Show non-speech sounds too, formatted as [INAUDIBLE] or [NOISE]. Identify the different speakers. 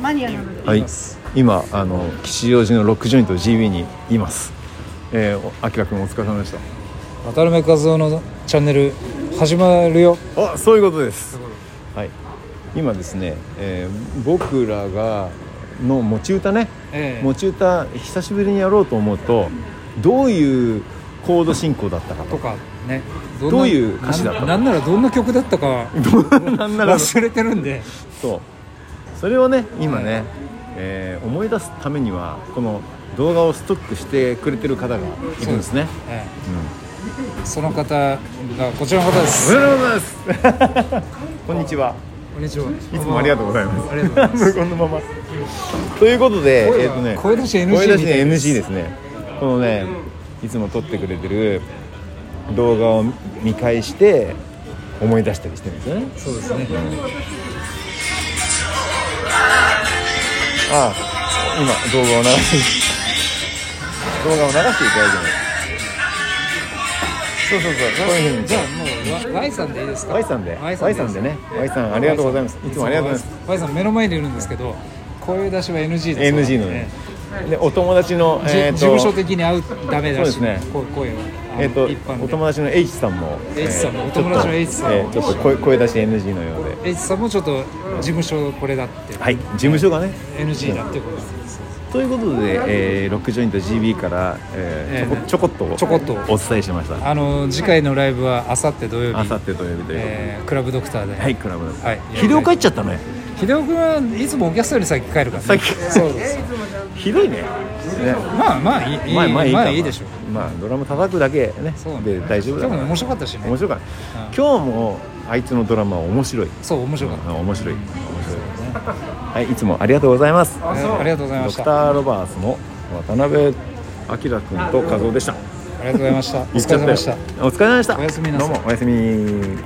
Speaker 1: マニアなので
Speaker 2: はい今あの吉祥寺のロックジョイント GB にいますえー、あきらくんお疲れ様でし
Speaker 3: 渡辺和夫のチャンネル始まるよ
Speaker 2: たあそういうことですはい今ですね、えー僕らがの持ち歌ね、
Speaker 3: ええ
Speaker 2: 持ち歌久しぶりにやろうと思うとどういうコード進行だったか
Speaker 3: と
Speaker 2: と
Speaker 3: かねど
Speaker 2: どういう歌詞だったの
Speaker 3: なんなんならどんな曲だったか
Speaker 2: [LAUGHS] なんなら
Speaker 3: 忘れてるんで
Speaker 2: そうそれをね今ね、えー思い出すためにはこの動画をストックしてくれてる方がいるんですね
Speaker 3: え
Speaker 2: う
Speaker 3: えその方がこちらの方で
Speaker 2: ん、
Speaker 3: す
Speaker 2: おはようございます [LAUGHS] こんにちは
Speaker 3: こんにちはい
Speaker 2: つもありがとうございます
Speaker 3: ありがとうございます
Speaker 2: このままということで、
Speaker 3: 声が
Speaker 2: えーとね、
Speaker 3: 声出し NG
Speaker 2: 声出し
Speaker 3: みたい
Speaker 2: NG ですねこのねいつも撮ってくれてる動画を見返して思い出したりしてるんですよね
Speaker 3: そうですね
Speaker 2: ああ今動画を流して動画を流していただいてますそうそうそうこういうふうに
Speaker 3: じゃあもう Y さんでいいですか
Speaker 2: Y さんで
Speaker 3: Y
Speaker 2: Y
Speaker 3: さん
Speaker 2: さ
Speaker 3: で
Speaker 2: んでね Y さんありがとうございますいつもありがとうございます
Speaker 3: ます Y さん目の前にいるんですけど声出しは NG です
Speaker 2: NG のねでお友達の
Speaker 3: じ
Speaker 2: えーと
Speaker 3: 事務所的に会うダメだし
Speaker 2: そうですね
Speaker 3: こう声はあの
Speaker 2: えっと
Speaker 3: 一般で
Speaker 2: お友達の H さんも
Speaker 3: H さんも
Speaker 2: えー
Speaker 3: お友達の H さんも
Speaker 2: ちょっとえーちょっと声声出し NG のようで
Speaker 3: H さんもちょっと事務所これだって
Speaker 2: はい事務所がね
Speaker 3: NG だってことです、
Speaker 2: ということで、えーロックジョイント GB から、えー
Speaker 3: えー
Speaker 2: ちょこちょこっと
Speaker 3: ちょこっと
Speaker 2: お伝えしました
Speaker 3: あの次回のライブはあさって土曜日
Speaker 2: あさって土曜日ということで、
Speaker 3: えークラブドクターで、
Speaker 2: はいクラブです、
Speaker 3: はい
Speaker 2: ひど帰っちゃったね
Speaker 3: 秀夫君はいつもお客さんより先帰るから、ね、
Speaker 2: 先
Speaker 3: そうです
Speaker 2: ひどいねね
Speaker 3: まあまあいいいい
Speaker 2: まあまあいいか
Speaker 3: まあいいでしょう
Speaker 2: まあドラム叩くだけね
Speaker 3: そうね
Speaker 2: で大丈夫だか
Speaker 3: 今
Speaker 2: ら
Speaker 3: 日も面白かったしね
Speaker 2: 面白かっ
Speaker 3: うん
Speaker 2: た今日もあいつのドラマは面白い
Speaker 3: そう面白かっ
Speaker 2: うん面白い面白いはいいつもありがとうございます
Speaker 3: た、えーありがとうございま
Speaker 2: ド
Speaker 3: し
Speaker 2: ク
Speaker 3: たあ
Speaker 2: ターロバースの渡辺明君と和夫でした
Speaker 3: りがとうございましたお
Speaker 2: 言っ
Speaker 3: 疲
Speaker 2: ちゃ
Speaker 3: れ
Speaker 2: ったよ
Speaker 3: 様でした
Speaker 2: お疲れ様でした
Speaker 3: おやすみなさい
Speaker 2: どうもおやすみ